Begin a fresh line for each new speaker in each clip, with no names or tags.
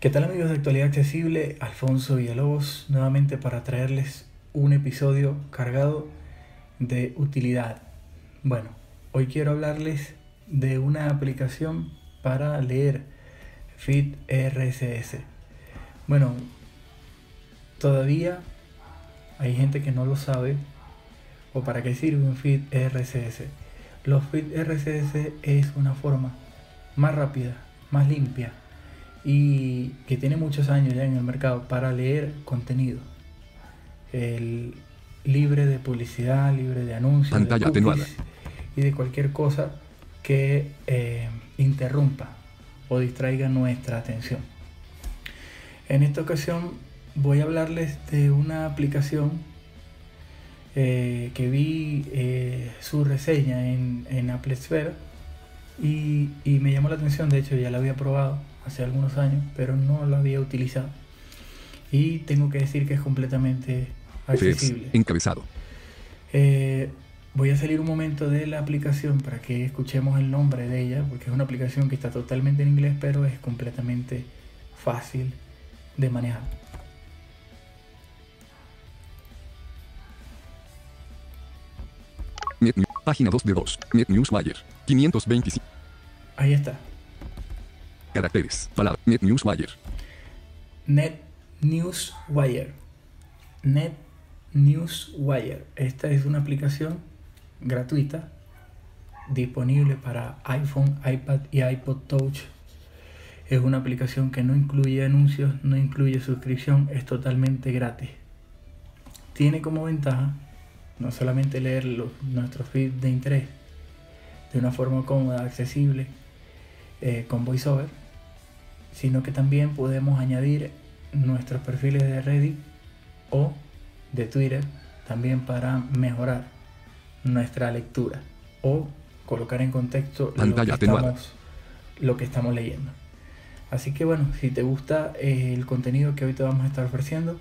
¿Qué tal amigos de Actualidad Accesible? Alfonso Villalobos nuevamente para traerles un episodio cargado de utilidad. Bueno, hoy quiero hablarles de una aplicación para leer Fit RSS. Bueno, todavía hay gente que no lo sabe o para qué sirve un feed RSS. Los feed RSS es una forma más rápida, más limpia y que tiene muchos años ya en el mercado para leer contenido. El libre de publicidad, libre de anuncios,
Pantalla
de
atenuada.
y de cualquier cosa que eh, interrumpa o distraiga nuestra atención. En esta ocasión voy a hablarles de una aplicación eh, que vi eh, su reseña en, en Apple Sphere y, y me llamó la atención, de hecho ya la había probado hace algunos años, pero no la había utilizado. Y tengo que decir que es completamente
Feeds.
accesible.
Encabezado.
Eh, voy a salir un momento de la aplicación para que escuchemos el nombre de ella, porque es una aplicación que está totalmente en inglés, pero es completamente fácil de manejar.
Net News. Página 2 de 2. Net News Wire. 525.
Ahí está.
Caracteres. Palabra. Net News Wire.
Net News Wire. Net News Wire. Esta es una aplicación gratuita disponible para iPhone, iPad y iPod Touch. Es una aplicación que no incluye anuncios, no incluye suscripción, es totalmente gratis. Tiene como ventaja no solamente leer los- nuestros feeds de interés de una forma cómoda, accesible, eh, con VoiceOver, sino que también podemos añadir nuestros perfiles de Reddit o de Twitter también para mejorar nuestra lectura o colocar en contexto lo que,
Pantalla atenuada.
estamos, lo que estamos leyendo. Así que bueno, si te gusta eh, el contenido que hoy te vamos a estar ofreciendo,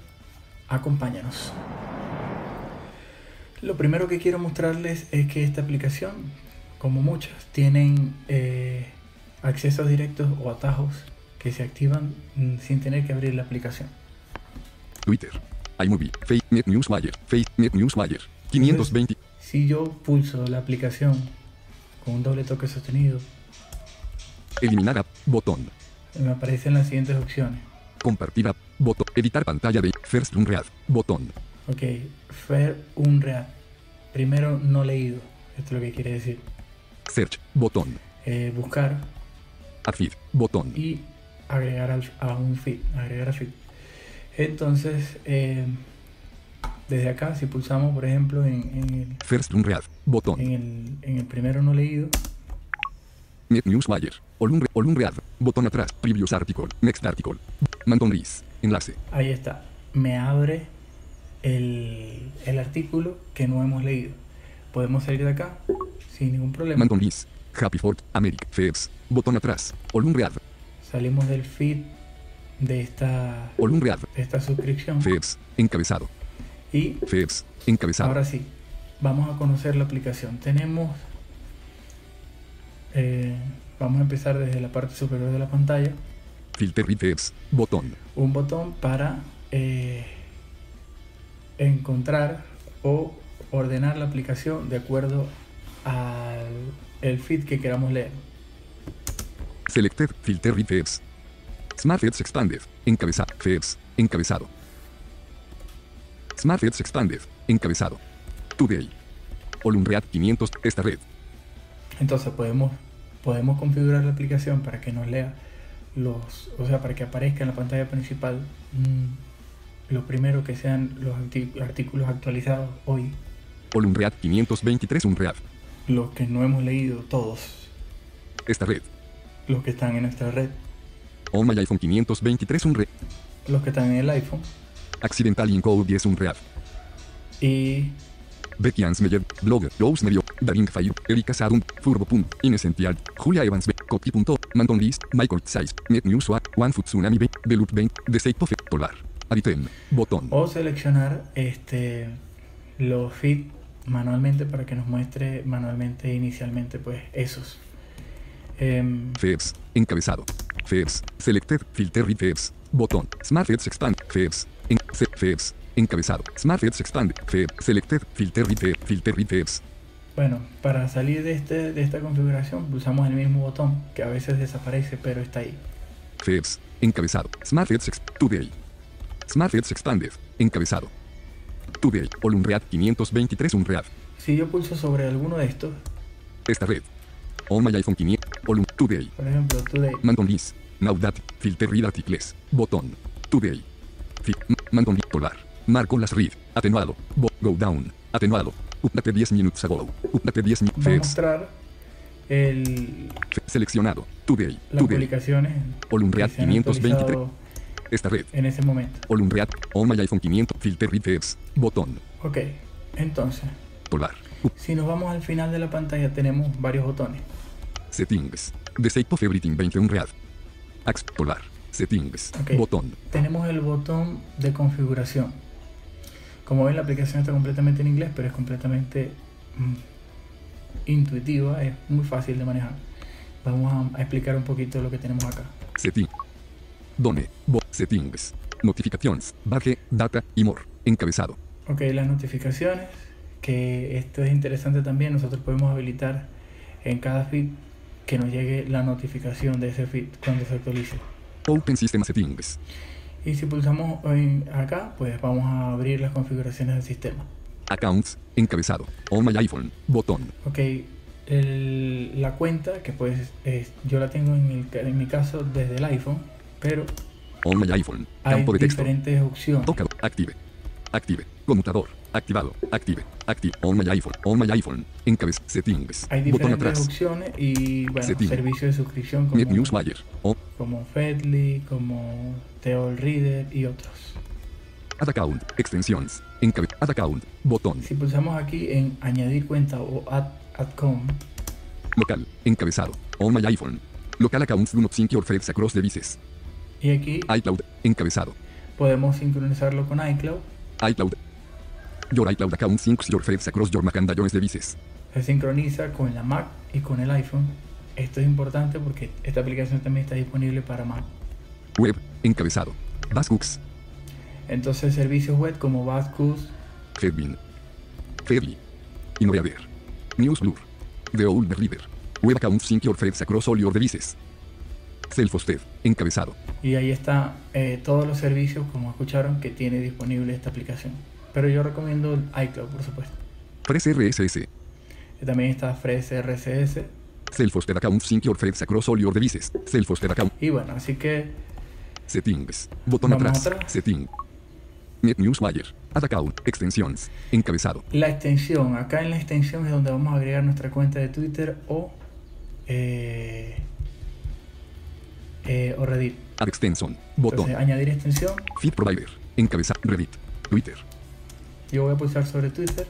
acompáñanos. Lo primero que quiero mostrarles es que esta aplicación, como muchas, tienen eh, accesos directos o atajos que se activan mm, sin tener que abrir la aplicación.
Twitter. iMovie. Face. Net News Wire. Face. Net News Wire. 520.
Si yo pulso la aplicación con un doble toque sostenido,
Eliminar app. Botón.
me aparecen las siguientes opciones.
Compartir app. Botón. Editar pantalla de First Run Read. Botón.
Ok, Fair Unreal. Primero no leído, esto es lo que quiere decir.
Search. Botón.
Eh, buscar
Add feed. Botón.
y agregar al- a un feed, agregar a feed. Entonces, eh, desde acá, si pulsamos, por ejemplo, en, en
First Run Read.
el, en
Botón.
el- en el primero no leído,
Net News Wire. Olum, Re- Olum Read. Botón atrás. Previous Article. Next Article. Manton Rees. Enlace.
ahí está, me abre el, el artículo que no hemos leído. Podemos salir de acá sin ningún problema.
Manton Rees. Happy Fort. America. Febs. Botón atrás. Olum Read.
Salimos del feed de esta,
Olum Read.
de esta suscripción
Febs. Encabezado.
y
Febs. Encabezado.
Ahora sí, vamos a conocer la aplicación. Tenemos, eh, vamos a empezar desde la parte superior de la pantalla,
Filter Read Febs. Botón.
un botón para eh, encontrar o ordenar la aplicación de acuerdo al el feed que queramos leer.
Selected. Filter Read Febs. Smart Febs Expanded. Encabezado. Febs. Encabezado. Smart Febs Expanded. Encabezado. Today. Olum Read 500. Esta red.
Entonces podemos, podemos configurar la aplicación para que nos lea los, o sea, para que aparezca en la pantalla principal mm, lo primero que sean los arti- artículos actualizados hoy,
Olum Read 523. Un Read.
los que no hemos leído todos,
Esta red.
los que están en nuestra red,
On my iPhone 523 un re
los que están en el iPhone
Accidental in code 10 un read.
y
Becky Ansmeyer, Blogger, Rose Medio, Daring Fire, Erika Sadun, Furbo. Punt, Inessential, Julia Evans B, Copy. punto, Manton List, Michael Size, Net News Wa- One Foot Tsunami B, The Loop Bank, The State of Dollar. Aditem, botón.
o seleccionar este los feed manualmente para que nos muestre manualmente inicialmente pues esos. Em,
Febs, encabezado. Feeds. Selected. Filter. Read Feeds. Botón. Smart Feeds Expand. Feeds. En se, Feeds. Encabezado. Smart Feeds Expand. Feeds. Selected. Filter. Read Feeds. Filter. Read Feeds.
Bueno, para salir de, este, de esta configuración pulsamos el mismo botón, que a veces desaparece, pero está ahí.
Feeds. Encabezado. Smart Feeds Ex- Today. Smart Feeds Expanded. Encabezado. Today. All Unread 523 Unread.
Si yo pulso sobre alguno de estos,
Esta red. On my iPhone 500. All Un- Today.
por ejemplo, Today,
Manton List. Now that. Filter read articles. Botón. Today. Fi M- Manton List Polar. Marco las read. Atenuado. Bo- go down. Atenuado. Update 10 minutes ago. Update 10 minutes.
va a mostrar el,
Seleccionado. Today.
las
Today.
publicaciones
All
que
Unread
se han
523.
actualizado
Esta red.
en ese momento.
All Unread. On my iPhone 500. Filter read feeds. Botón.
Ok, entonces,
Polar. Up-
si nos vamos al final de la pantalla tenemos varios botones.
Settings. The shape of everything 21 read. Ax Polar. Settings.
Ok.
Botón.
Tenemos el botón de configuración. Como ven la aplicación está completamente en inglés, pero es completamente mm, intuitiva, es muy fácil de manejar. Vamos a- a explicar un poquito lo que tenemos acá.
Settings. Done. Bo settings. Notificaciones. Baje. Data. Y more. Encabezado.
Ok, las notificaciones, que esto es interesante también, nosotros podemos habilitar en cada feed que nos llegue la notificación de ese feed cuando se actualice.
Open System Settings.
Y si pulsamos en acá, pues vamos a abrir las configuraciones del sistema.
Accounts. Encabezado. On my iPhone. Botón.
Ok, el- la cuenta, que pues es- yo la tengo en, el ca- en mi caso desde el iPhone, pero
On my iPhone.
hay
Campo de texto.
diferentes opciones.
Tocado. Active. Active. Conmutador. Activado. Active. Active. On my iPhone. On my iPhone. Encabez. Settings.
Hay
Botón
diferentes
atrás.
opciones y bueno,
Setting.
servicios de suscripción
Net
como,
Newswire. On.
como Fedly, como Teol Reader y otros.
Add account. Extensiones. Encabez. Add account. Botón.
Si pulsamos aquí en añadir cuenta o add, add com,
Local. Encabezado. On my iPhone. Local accounts do not sync your threads across devices.
y aquí
iCloud. Encabezado.
podemos sincronizarlo con iCloud,
iCloud. Your iCloud account syncs your threads across your Mac and iOS devices.
se sincroniza con la Mac y con el iPhone. Esto es importante porque esta aplicación también está disponible para Mac.
Web. Encabezado. Bascooks.
Entonces servicios web como Vascus,
Fedbin. Fedly. Innovader. News Blur. The Old Reader. Web account sync your threads across all your devices. Self-hosted. Encabezado.
y ahí está eh, todos los servicios como escucharon que tiene disponible esta aplicación. Pero yo recomiendo el iCloud por supuesto.
Press RSS.
También está Fresh RSS
Self-hosted account sync your threads across all your devices. Self-hosted account.
y bueno, así que
Settings. Botón
Vamos
atrás.
atrás.
Setting. Net Newswire. Add account. Extensiones. Encabezado.
La extensión, acá en la extensión es donde vamos a agregar nuestra cuenta de Twitter o, eh, eh, o Reddit.
Add extension. Botón.
Entonces, añadir extensión,
Feed provider. Encabezado. Reddit. Twitter.
yo voy a pulsar sobre Twitter.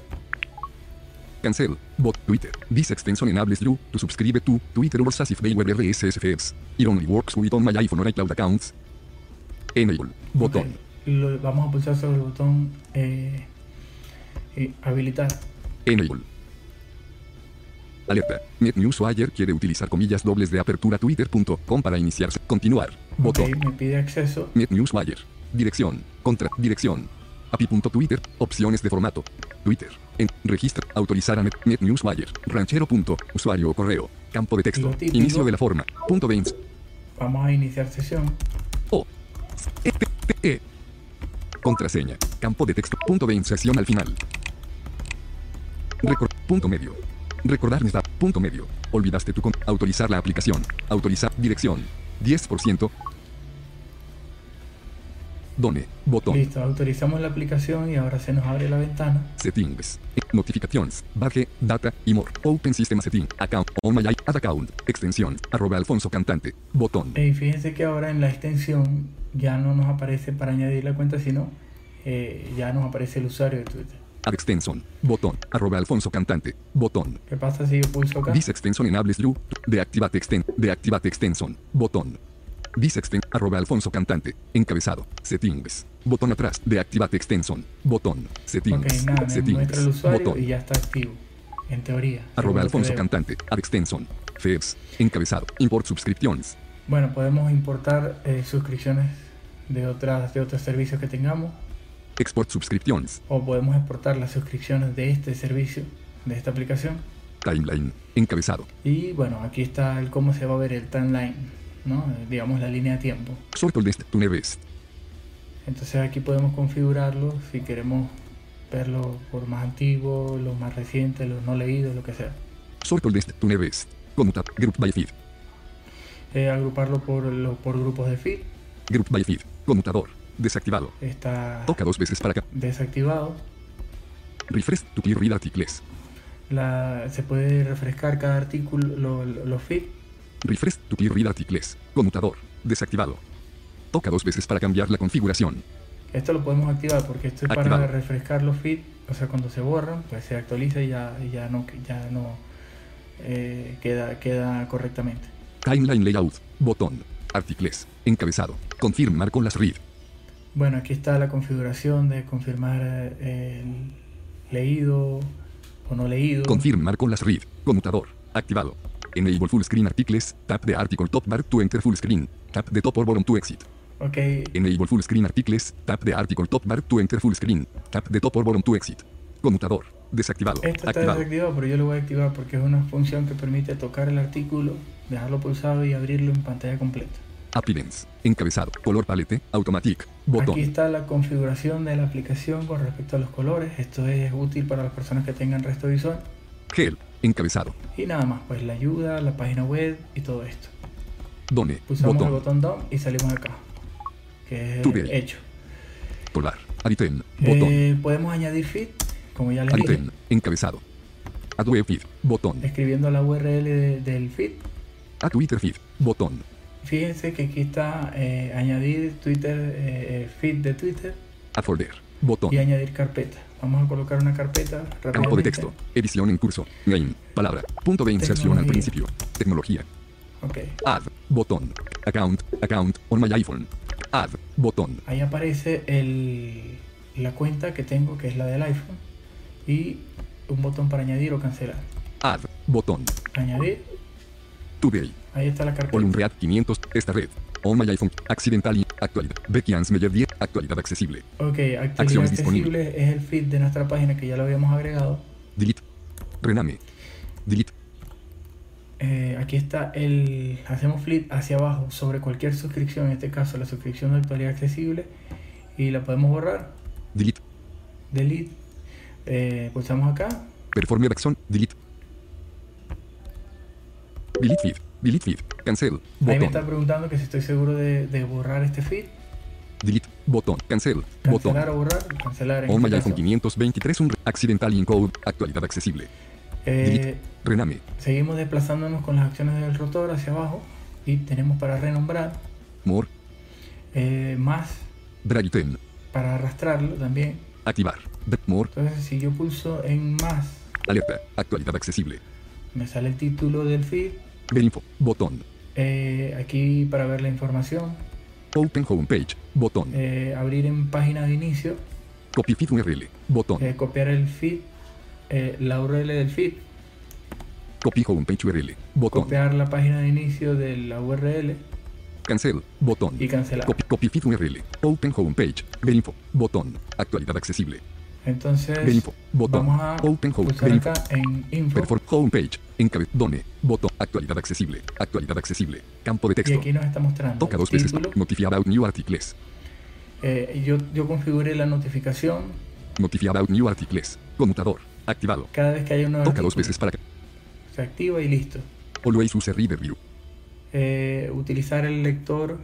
Cancel. Bot. Twitter. This extension enables you to subscribe to Twitter or as if they were RSS feeds. It only E works with on my iPhone or iCloud accounts. Enable. Botón.
Ok, lo- vamos a pulsar sobre el botón eh, y habilitar.
Enable. Alerta. NetNewsWire quiere utilizar comillas dobles de apertura twitter.com para iniciarse. Continuar. Botón.
Ok, me pide acceso.
Net Newswire. Dirección. Contra. Dirección. API.Twitter. Opciones de formato. Twitter. En. Registra. Autorizar a Net, Net Newswire. Ranchero. punto, Usuario o correo. Campo de texto.
Lo típico.
Inicio de la forma. Punto 20.
Vamos a iniciar sesión.
O. S- E, T, T, E. Contraseña. Campo de texto. Punto de inserción al final. Record. Punto medio. Recordar mis da- Punto medio. Olvidaste tu con. Autorizar la aplicación. Autorizar. Dirección. 10%. Done. Botón.
Listo, autorizamos la aplicación y ahora se nos abre la ventana.
Settings. Eh, Notificaciones. Baje. Data. Y more. Open System Setting. Account. On my i- Add account. Extensión. Arroba Alfonso Cantante. Botón.
Y Eh, fíjense que ahora en la extensión ya no nos aparece para añadir la cuenta, sino eh, ya nos aparece el usuario de Twitter.
Add extension. Botón. Arroba Alfonso Cantante. Botón.
¿Qué pasa si yo pulso acá?
This extension enables you. Deactivate exten. Deactivate extension. Botón. This exten. Arroba Alfonso Cantante. Encabezado. Settings. Botón atrás. Deactivate extension. Botón.
ok,
Settings.
nada, me muestra el
settings.
usuario
Botón.
y ya está activo. En teoría. según lo
Arroba
que
Alfonso
veo.
Cantante. Ad extension. Febs. Encabezado. Import suscripciones.
Bueno, podemos importar eh, suscripciones de, otras, de otros servicios que tengamos
Export subscriptions.
o podemos exportar las suscripciones de este servicio, de esta aplicación.
Timeline. Encabezado.
Y bueno, aquí está el cómo se va a ver el timeline, ¿no? Eh, digamos la línea de tiempo.
Sort all best to next.
Entonces aquí podemos configurarlo si queremos verlo por más antiguo, los más recientes, los no leídos, lo que sea.
Sort all best to next. Commuta. Group by feed.
Eh, agruparlo por, lo- por grupos de feed.
Group by feed. Conmutador. Desactivado.
Está
Toca dos veces para acá.
desactivado.
Refresh to clear read articles.
La, se puede refrescar cada artículo, lo- lo- los feed.
Refresh to clear read articles. Conmutador. Desactivado. Toca dos veces para cambiar la configuración.
Esto lo podemos activar porque esto es para
Activado.
refrescar los feed. O sea, cuando se borran, pues se actualiza y ya, y ya no, ya no eh, queda, queda correctamente.
Timeline layout. Botón. Articles. Encabezado. Confirmar con las read.
Bueno, aquí está la configuración de confirmar eh, el leído o no leído.
Confirmar con las read. Conmutador. Activado. Enable full screen articles. Tap the article top bar to enter full screen. Tap the top or bottom to exit.
ok,
Enable full screen articles. Tap the article top bar to enter full screen. Tap the top or bottom to exit. Conmutador. Desactivado.
esto está
Activado.
desactivado, pero yo lo voy a activar porque es una función que permite tocar el artículo, dejarlo pulsado y abrirlo en pantalla completa.
Appearance. Encabezado. Color palette. Automatic.
Aquí
Botón.
está la configuración de la aplicación con respecto a los colores. Esto es útil para las personas que tengan resto visual.
Help. Encabezado.
Y nada más, pues la ayuda, la página web y todo esto.
Done.
Pulsamos el
Botón.
botón down y salimos acá. Que es
Tutorial.
hecho.
Polar. Item. Botón.
Eh, podemos añadir feed, como ya les dije,
Item. Encabezado. Add web feed. Botón.
escribiendo la URL de- del feed.
Add Twitter feed. Botón.
Fíjense que aquí está eh, añadir Twitter, eh, eh, feed de Twitter
Add folder. Botón.
y añadir carpeta. Vamos a colocar una carpeta
Campo de
rápidamente.
texto. Edición en curso. Name. Palabra. Punto de inserción al
Tecnología.
principio. Tecnología.
Ok,
Add. Botón. Account. Account. On my iPhone. Add. Botón.
ahí aparece el, la cuenta que tengo, que es la del iPhone, y un botón para añadir o cancelar.
Add. Botón.
Añadir,
Today.
ahí está la carpeta.
Column Read 500. Esta red. On my iPhone. Accidental y actualidad. Becky Ans Meyer 10. Actualidad accesible.
Ok, actividad
Acciones
accesible es el feed de nuestra página que ya lo habíamos agregado.
Delete. Rename. Delete.
Eh, aquí está el. Hacemos flip hacia abajo sobre cualquier suscripción, en este caso la suscripción de actualidad accesible, y la podemos borrar.
Delete.
Delete. Eh, pulsamos acá.
Performer action. Delete. Delete feed. Delete feed. Cancel.
Ahí me está
Botón.
preguntando que si estoy seguro de, de borrar este feed.
Delete. Botón. Cancel. Botón.
Cancelar o borrar. Cancelar. En
On
este
my iPhone
caso.
523 un re- accidental in code, actualidad accesible.
Eh,
Rename,
seguimos desplazándonos con las acciones del rotor hacia abajo y tenemos para renombrar
more,
eh, más
drag item,
para arrastrarlo también.
activar, Back more,
Entonces, si yo pulso en más,
alerta, actualidad accesible.
me sale el título del feed.
Ver info, botón,
eh, aquí para ver la información,
open home page, botón,
eh, abrir en página de inicio,
copy feed URL, botón,
eh, copiar el feed, eh, la URL del feed,
copy home page URL, botón,
copiar la página de inicio de la URL
cancel, botón,
y cancelar.
copy, copy feed URL, open home page, ver info, botón, actualidad accesible, ver
Entonces,
info, botón,
vamos a
open home,
pulsar
ver info,
acá en info
perform home page, encabe, done, botón, actualidad accesible, actualidad accesible, campo de
y
texto.
aquí nos está mostrando
Toca
el
dos veces.
título.
Notify about new articles.
Eh, yo, yo configuré la notificación
Notify about new articles. Conmutador. Activado.
cada vez que haya un nuevo
Toca dos
artículo.
veces para acá.
Se activa y listo.
Always use reader view.
eh, utilizar el lector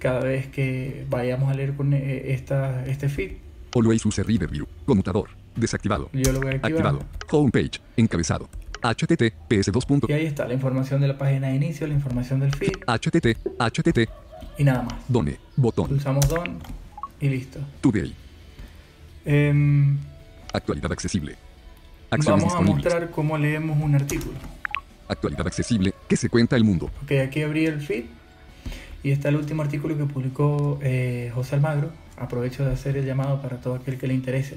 cada vez que vayamos a leer con eh, esta, este feed.
Always use reader view. Conmutador. Desactivado.
Yo lo voy a activar.
Activado. Homepage. Encabezado. https dos punto-
Y ahí está la información de la página de inicio, la información del feed
htt htt
y nada más.
done botón
Pulsamos done y listo.
today
Em,
actualidad accesible acciones
vamos a
disponibles
mostrar cómo leemos un artículo.
actualidad accesible que se cuenta el mundo
Ok, aquí abrí el feed y está el último artículo que publicó eh, José Almagro. Aprovecho de hacer el llamado para todo aquel que le interese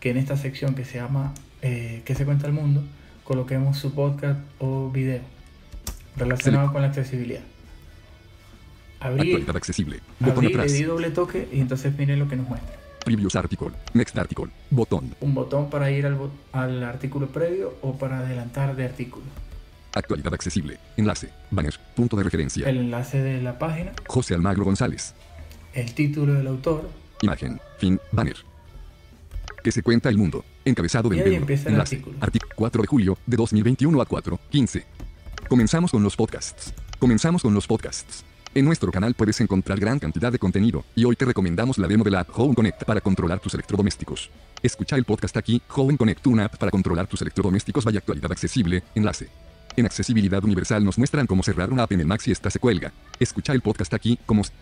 que en esta sección que se llama eh, ¿Qué se cuenta el mundo? coloquemos su podcast o video relacionado con la accesibilidad. Abrí,
Actualidad accesible. Botón
abrí le
atrás.
di doble toque y entonces miren lo que nos muestra.
Previous article. Next article. Botón.
Un botón para ir al, bo- al artículo previo o para adelantar de artículo.
Actualidad accesible. Enlace. Banner. Punto de referencia.
El enlace de la página,
José Almagro González.
el título del autor
Imagen. Fin. Banner. Que se cuenta el mundo. Encabezado del
Y ahí
libro.
empieza el
Enlace.
artículo.
Artículo 4 de julio de 2021 a 4. 15. Comenzamos con los podcasts. Comenzamos con los podcasts. En nuestro canal puedes encontrar gran cantidad de contenido, y hoy te recomendamos la demo de la app Home Connect para controlar tus electrodomésticos. Escucha el podcast aquí, Home Connect, una app para controlar tus electrodomésticos vaya actualidad accesible, enlace. En Accesibilidad Universal nos muestran cómo cerrar una app en el Max y esta se cuelga. Escucha el podcast aquí, como s-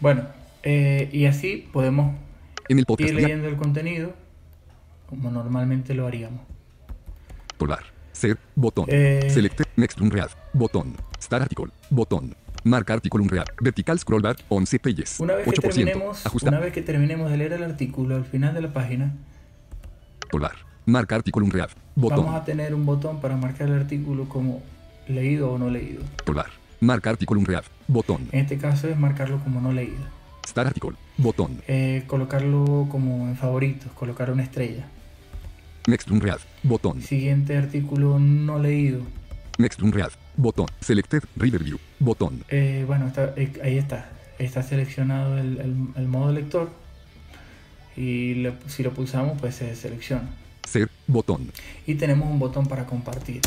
Bueno, eh, y así podemos
en el
ir
podcast de
leyendo el contenido como normalmente lo haríamos.
Polar. Ser. Botón.
Eh.
Select. Next Unread. Botón. Start Article. Botón. Marca Article Unread. Vertical Scroll Bar. 11 pages.
Una vez, que
8%.
terminemos,
Ajustar.
una vez que terminemos de leer el artículo al final de la página,
Polar. Marca Article Unread. Botón.
vamos a tener un botón para marcar el artículo como leído o no leído.
Polar. Marca Article Unread. Botón.
En este caso es marcarlo como no leído.
Start Article. Botón.
Eh, colocarlo como en favoritos, colocar una estrella.
Next Unread. Botón.
Siguiente artículo no leído.
Next Unread. Botón. Selected. Reader View. Botón.
Eh, bueno, está- eh, ahí está. Está seleccionado el, el- el modo lector. Y le- si lo pulsamos, pues se selecciona.
Ser. Botón.
Y tenemos un botón para compartir.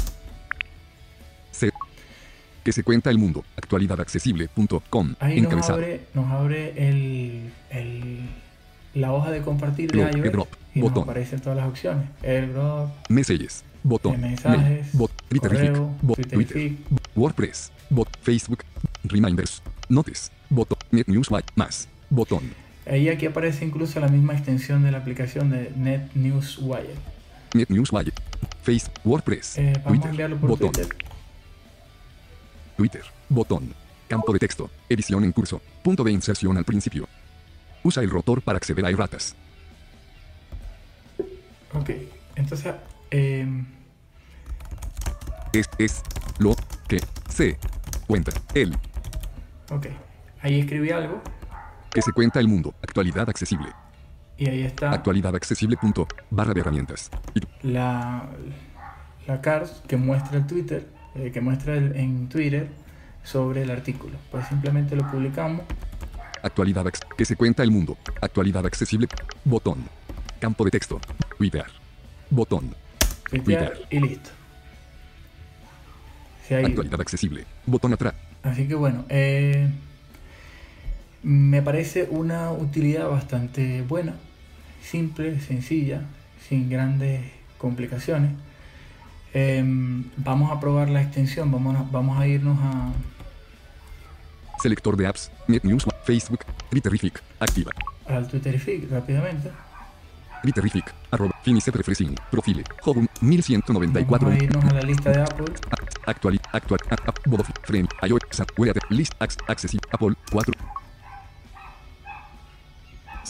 Ser. Que se cuenta el mundo. Actualidadaccesible.com.
Ahí nos
Encabezado.
abre, nos abre el, el- la hoja de compartir de
Drop,
iOS.
drop,
y nos
botón.
aparecen todas las opciones. Airdrop,
Messages. Botón.
mensajes,
Bot. Twitterific.
correo,
Bot. Twitter.
Twitterific.
WordPress, bot, Facebook, reminders, notes, botón, net news, Wire, más, botón,
Ahí aquí aparece incluso la misma extensión de la aplicación de NetNewsWire.
net news, Wire, face, WordPress,
Eh, vamos a
Twitter,
enviarlo por
botón,
Twitter.
Twitter, botón, campo de texto, edición en curso, punto de inserción al principio. Usa el rotor para acceder a erratas.
Ok, entonces... em,
Es, es, lo, que, se, cuenta, el,
Ok, ahí escribí algo
que se cuenta el mundo, actualidad accesible,
y ahí está
actualidad accesible punto, barra de herramientas, y
la, la card que muestra el Twitter, eh, que muestra el- en Twitter sobre el artículo. Pues simplemente lo publicamos.
Actualidad acc- que se cuenta el mundo. Actualidad accesible. Botón. Campo de texto. Twitter. Botón.
tuitear y listo. Se ha ido.
Actualidad accesible. Botón atrás.
Así que bueno, eh, me parece una utilidad bastante buena, simple, sencilla, sin grandes complicaciones. Em, vamos a probar la extensión, vamos a, vamos a irnos a...
Selector de apps. Net News. Facebook. Twitterific. Activa.
al Twitterific rápidamente.
Twitterific. Arroba. Finicep Refreshing. Profile. Home. 1194.
Vamos a irnos a la lista de Apple.
Actual. Actual. a- a- Bodof. Frame. iOS. Sa- Wea- List. Ax- Accessible. Apple. 4.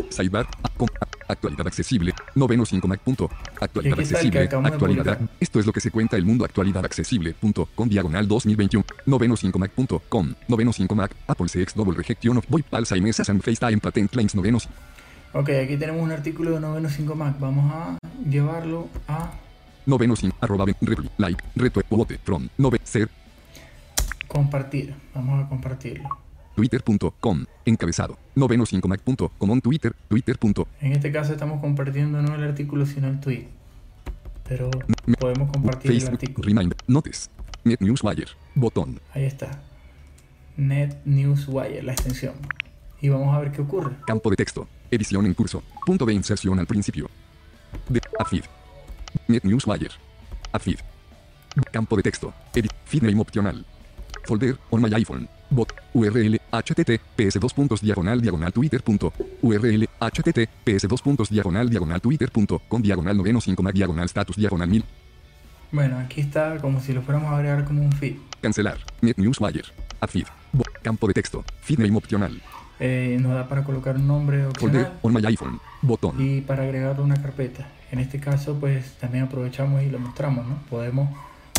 Sidebar. a- com- a- Actualidad accesible. Noveno 5 Mac. Punto. Actualidad
Y aquí está el que
accesible.
acabamos de
Actualidad.
publicar.
Esto es lo que se cuenta el mundo. Actualidad accesible. Punto. Con diagonal 2021. Noveno 5 Mac. Punto. Com. Noveno 5 Mac. Apple CX Double Rejection of Boy Palsa y Mesas and FaceTime Patent Claims. Noveno. c-
Ok, aquí tenemos un artículo de noveno 5 Mac. Vamos a llevarlo a
Noveno 5. Arroba. ben- Repli. Like. Reto. Vote. From. Nove. Ser.
compartir. Vamos a compartirlo.
Twitter.com. Encabezado. Noveno 5 Mac. Punto. Com on Twitter. Twitter. Punto.
En este caso estamos compartiendo no el artículo sino el tweet. Pero
Me-
podemos compartir el
Facebook,
artículo.
Remind, Notes, Net Newswire, botón,
Ahí está. Net News Wire, la extensión. Y vamos a ver qué ocurre.
campo de texto, edición en curso, punto de inserción al principio. De Afid. Net Newswire. Afid. Campo de texto, edit, feed name opcional. Folder, on my iPhone. Bot, URL, https dos puntos diagonal diagonal twitter punto, URL, https dos puntos diagonal diagonal twitter punto, con diagonal noveno 5 más diagonal status diagonal 1000.
Bueno, aquí está como si lo fuéramos a agregar como un feed.
Cancelar, Net Newswire. Afid. Bot, campo de texto, feed name opcional.
Eh, nos da para colocar un nombre
Folder
opcional
on my iPhone. Botón.
y para agregar una carpeta. En este caso, pues también aprovechamos y lo mostramos, ¿no? Podemos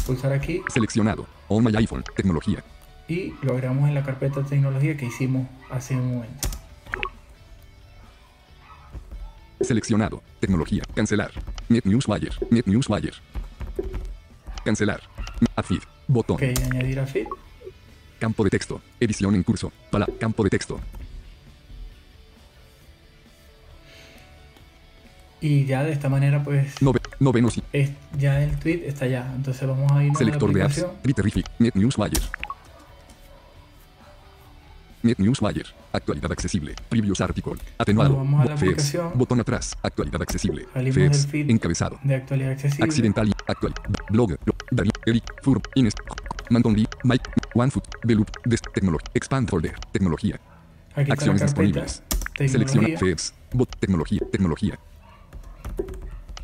pulsar aquí
Seleccionado. On my iPhone. Tecnología.
y lo agregamos en la carpeta de tecnología que hicimos hace un momento.
Seleccionado. Tecnología. Cancelar. Net Newswire. Net Newswire. Cancelar. A feed. Botón.
Ok, añadir a feed.
Campo de texto. Edición en curso. Para campo de texto.
Y ya de esta manera, pues,
Nove- noveno sí.
es, ya el tweet está ya. Entonces vamos a irnos
Selector
a
de
la
apps.
aplicación.
Twitterific. Net Newswire. Net Newswire. Actualidad accesible. Previous article. Atenuado.
Bueno, vamos a
Bo-
la
feeds.
aplicación.
Botón atrás. Actualidad accesible.
Salimos
Feeds.
del feed.
Encabezado.
de actualidad accesible.
Accidental. Actual. Blog. David. Eric. Fur. Ines. Manton Lee. Mike. OneFoot. Beloop. Des. Technology. Expand folder. Tecnología.
Aquí está la
Acciones
carpeta.
disponibles. Selecciona
Tecnología.
FEBS. Bot tecnología. Tecnología.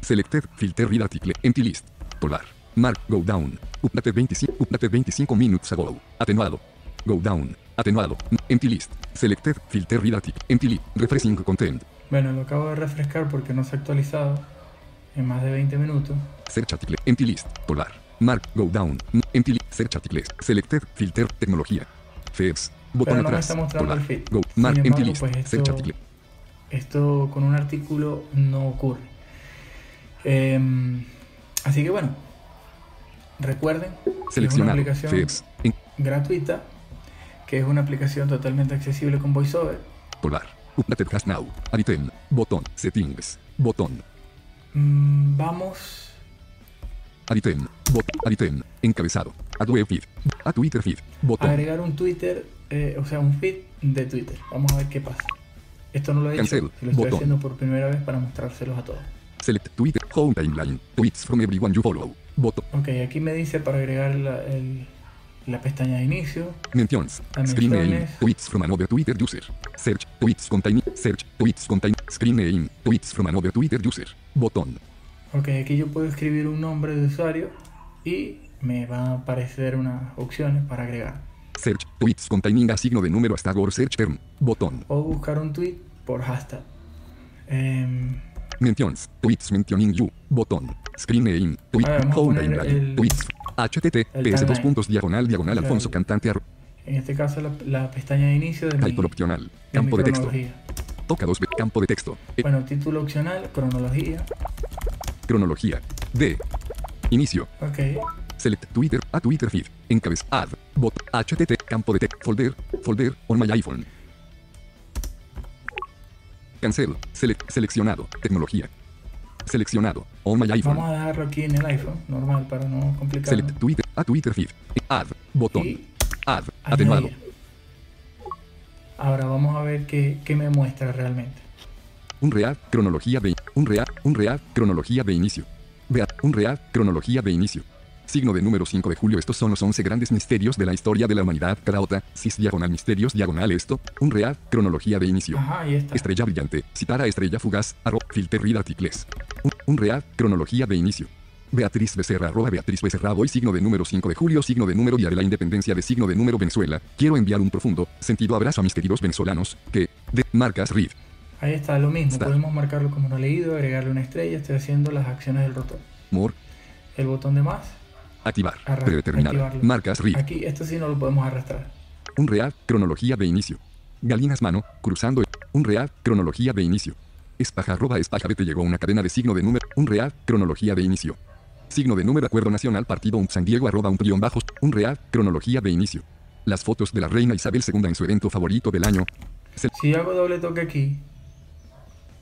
Selected filter read article. Empty list. Polar. Mark go down. Update 25. Update 25 minutes ago. Atenuado. Go down. Atenuado. Empty list. Selected filter read article. Empty list. Refreshing content.
Bueno, lo acabo de refrescar porque no se ha actualizado en más de 20 minutos.
Search article. Empty list. Polar. Mark go down. Empty list. Search articles. Selected filter tecnología. FEBS. Botón
Pero no me
atrás.
está mostrando
Polar.
el feed.
Go.
Sin
Mark empty
embargo,
list.
pues,
Search
esto-
article.
Esto con un artículo no ocurre. Em, así que bueno, recuerden, que
Seleccionado.
es una aplicación
FEBS. En
gratuita, que es una aplicación totalmente accesible con VoiceOver.
Polar. Updated has now. Item. Botón. Settings. Botón.
Mm, vamos,
Item. Bot. Item. Encabezado. Add web feed. Add Twitter feed.
a
Botón.
agregar un Twitter, eh, o sea, un feed de Twitter. Vamos a ver qué pasa. Esto no lo he hecho,
Cancel.
y lo estoy
Botón.
haciendo por primera vez para mostrárselos a todos.
Select Twitter. Home timeline. Tweets from everyone you follow. Botón.
Ok, aquí me dice para agregar la, el- la pestaña de inicio.
Mentions.
Menciones.
Screen name. Tweets from another Twitter user. Search. Tweets contain. Search. Tweets contain. Screen name. Tweets from another Twitter user. Botón.
Ok, aquí yo puedo escribir un nombre de usuario y me van a aparecer unas opciones para agregar.
Search. Tweets containing a signo de número hasta gore search term. Botón.
O buscar un tweet por hashtag. Em,
Mentions. Tweets mentioning you. Botón. Screen name. Tweet.
Ah, vamos a
Home
poner
timeline.
el-
Tweets.
el
HTTPS dos
timeline.
puntos diagonal diagonal
Claro.
Alfonso Cantante arro-
en este caso la, la pestaña de inicio de mi,
Title opcional.
de mi
Campo de texto.
cronología.
Toca dos ve- Campo de texto. E-
Bueno, título opcional, cronología.
Cronología. D. Inicio.
Ok,
Select Twitter. A Twitter feed. Encabez. Add. Bot. HTT. Campo de texto. Folder. Folder. On my iPhone. Cancel. Select. Seleccionado. Tecnología. Seleccionado. On my iPhone.
vamos a dejarlo aquí en el iPhone, normal, para no complicarlo.
Select Twitter. A Twitter feed. E- Add. Botón.
Y
Add.
añadir.
Atenuado.
Ahora vamos a ver qué, qué me muestra realmente.
Un real, cronología de. Un real, un real, cronología de inicio. Vea, un real, cronología de inicio. Signo de número 5 de julio. Estos son los 11 grandes misterios de la historia de la humanidad. Cada otra, cis diagonal misterios diagonal esto. Un real, cronología de inicio.
Ajá, ahí está.
Estrella brillante, citar a estrella fugaz, arro, filter read articles. Un, un real, cronología de inicio. Beatriz Becerra, arroba Beatriz Becerra, hoy signo de número 5 de julio, signo de número día de la independencia de signo de número Venezuela. Quiero enviar un profundo, sentido abrazo a mis queridos venezolanos, que, de, marcas read.
Ahí está, lo mismo.
Está.
Podemos marcarlo como no leído, agregarle una estrella. Estoy haciendo las acciones del rotor.
More,
El botón de más,
Activar.
Arra-
Predeterminar.
activarlo.
Marcas RIP.
aquí, esto sí no lo podemos arrastrar.
Un real. Cronología de inicio. Galinas mano. Cruzando. el- Un real. Cronología de inicio. Espaja arroba espaja te llegó una cadena de signo de número. Un real. Cronología de inicio. Signo de número Acuerdo Nacional Partido un San Diego arroba un guión bajos. Un real. Cronología de inicio. Las fotos de la reina Isabel II en su evento favorito del año. Se-
Si yo hago doble toque aquí,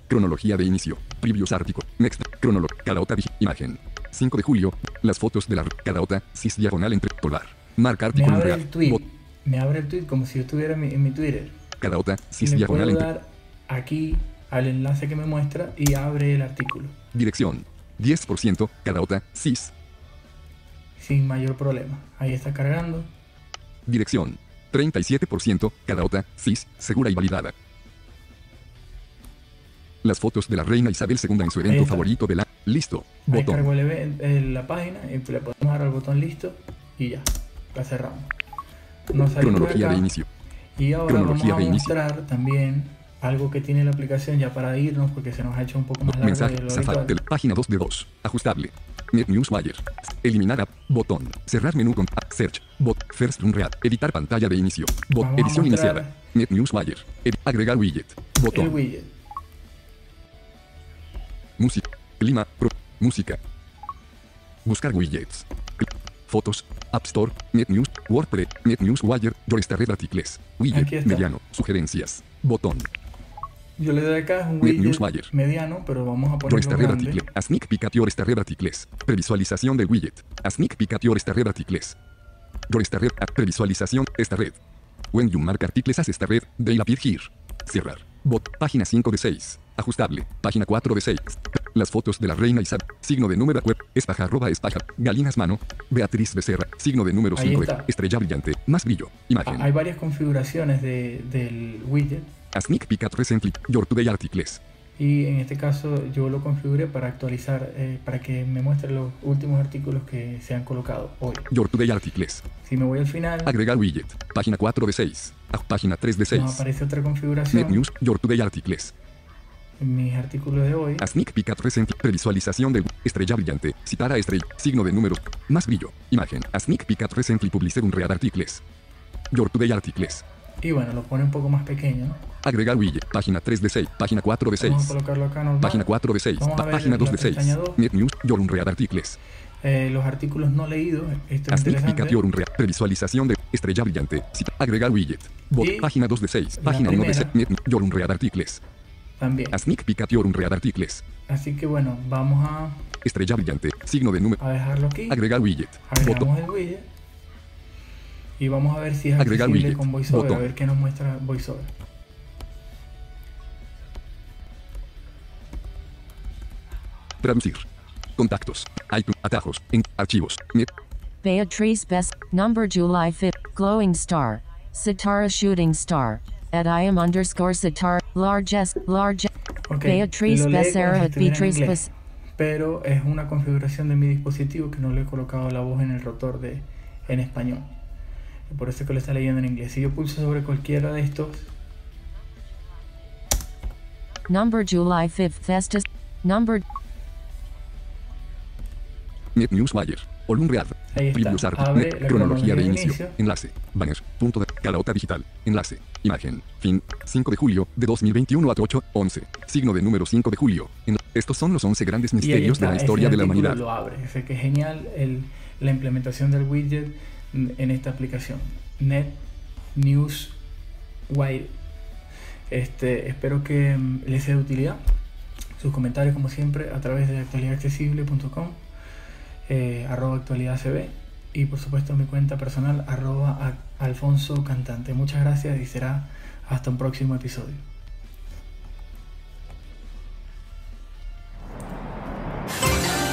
cronología de inicio. Previous article. Next. Cronolog. Caraota dig- imagen. 5 de julio. Las fotos de la re- caraota. Cis diagonal entre polar. Marca
me
artículo un
abre
real.
el tweet.
Bot-
Me abre el tweet como si yo estuviera en mi, en mi Twitter.
Caraota,
Y
cis
le
diagonal
puedo
entre.
dar aquí al enlace que me muestra y abre el artículo.
Dirección. 10%, Caraota, cis.
Sin mayor problema. Ahí está cargando.
Dirección. 37%, Caraota, cis, segura y validada. Las fotos de la reina Isabel II en su evento
está.
favorito de la... Listo.
Ahí
Botón.
cargo el even- el- la página y le podemos dar al botón listo y ya. La cerramos. Nos salimos de
Cronología de
acá.
inicio.
Y ahora
Cronología
vamos a
de inicio.
mostrar también algo que tiene la aplicación ya para irnos porque se nos ha hecho un poco más largo
Mensaje.
de lo
Safari.
habitual.
Página 2 de 2. Ajustable. Net Newswire. Eliminar app. Botón. Cerrar menú con app. Search. Bot. First Run Read. Editar pantalla de inicio. Bot.
Vamos a
Edición
mostrar
iniciada. Net Newswire. Ed- agregar widget.
el
Botón.
widget.
Música. Clima. Pro. Música. Buscar widgets. Cl- Fotos. App Store. Net News. WordPress. Net Newswire. Yo esta red articles.
Aquí
Widget.
está.
Mediano. Sugerencias. Botón.
Yo le doy acá es un
Net
widget
Newswire.
mediano, pero vamos a
Yo
ponerlo
esta red
grande.
article. A sneak peek at your esta red articles. Previsualización del widget. A sneak peek at your esta red articles. Yo esta red. a- previsualización. Esta red. When you mark articles as esta red, they appear here. Cerrar. Bot. Página 5 de 6. Ajustable. Página 4 de 6. Las fotos de la reina Isabel. Signo de número web. Espaja arroba espaja. Galinas mano. Beatriz Becerra. Signo de número
Ahí
5 de.
está.
Estrella brillante. Más brillo. Imagen.
Ah, Hay varias configuraciones de- del widget
A sneak peek at recently. Your today articles.
y en este caso yo lo configuré para actualizar, eh, para que me muestre los últimos artículos que se han colocado hoy.
Your today articles.
Si me voy al final,
Agregar widget. Página 4 de 6. A- Página 3 de 6.
nos aparece otra
Net
configuración,
News, Your Today Articles.
mis artículos de hoy.
A sneak peek at recent previsualización de estrella brillante. Citar a estrella. Signo de número. Más brillo. Imagen. A sneak peek at recently publisher un read articles. Your Today Articles.
Y bueno, lo pone un poco más pequeño. ¿no?
Agregar widget. Página 3 de 6. Página 4 de 6.
Vamos a colocarlo acá normal.
Página 4 de 6.
Vamos a ver
página 2
la
de 6.
pestaña dos.
Net News, Your Unread Articles.
Eh, los artículos no leídos, esto
A
es
sneak peek
interesante.
at Your Unread. Previsualización de estrella brillante. Cita- Agregar widget. Bot.
Y
página 2 de 6.
la
Página 1 de
primera.
6. Net News, Your Unread Articles.
También.
A sneak peek at Your Unread Articles.
Así que bueno, vamos a,
Estrella brillante. Signo de número.
a dejarlo aquí.
Agregar widget. Botón.
Agregamos el widget. Y vamos a ver si es
Agregar
accesible
widget.
con VoiceOver,
Botón.
a ver qué nos muestra VoiceOver.
Traducir. Contactos. iTunes. Atajos. En archivos. Net.
Beatrice Best, number July 5th, glowing star, Sitara shooting star, at I am underscore Sitara, largest, large,
Ok,
Beatriz
lo lee como si
Becerra,
estuviera en
Beatriz
inglés,
Bes-
Pero es una configuración de mi dispositivo que no le he colocado la voz en el rotor de, en español. Por eso es que lo está leyendo en inglés. Si yo pulso sobre cualquiera de estos,
number July 5th, Festus, number
Net Newswire. Olumread.
Ahí está.
Previous art.
Abre
Net.
la
Cronología de
cronología de
inicio.
inicio.
Enlace. Banner. Punto de. Calaota digital. Enlace. Imagen. Fin. 5 de julio de 2021 a 8. 11. Signo de número 5 de julio. En- Estos son los 11 grandes
y ahí
misterios
está,
de la
ese
historia de la
artículo
humanidad.
Lo abre. O sea que es genial el- la implementación del widget en esta aplicación. Net News Wire. Este, espero que mm, les sea de utilidad. Sus comentarios, como siempre, a través de actualidadaccesible.com, eh, arroba actualidadcb y por supuesto mi cuenta personal, arroba a- alfonso cantante. Muchas gracias y será hasta un próximo episodio.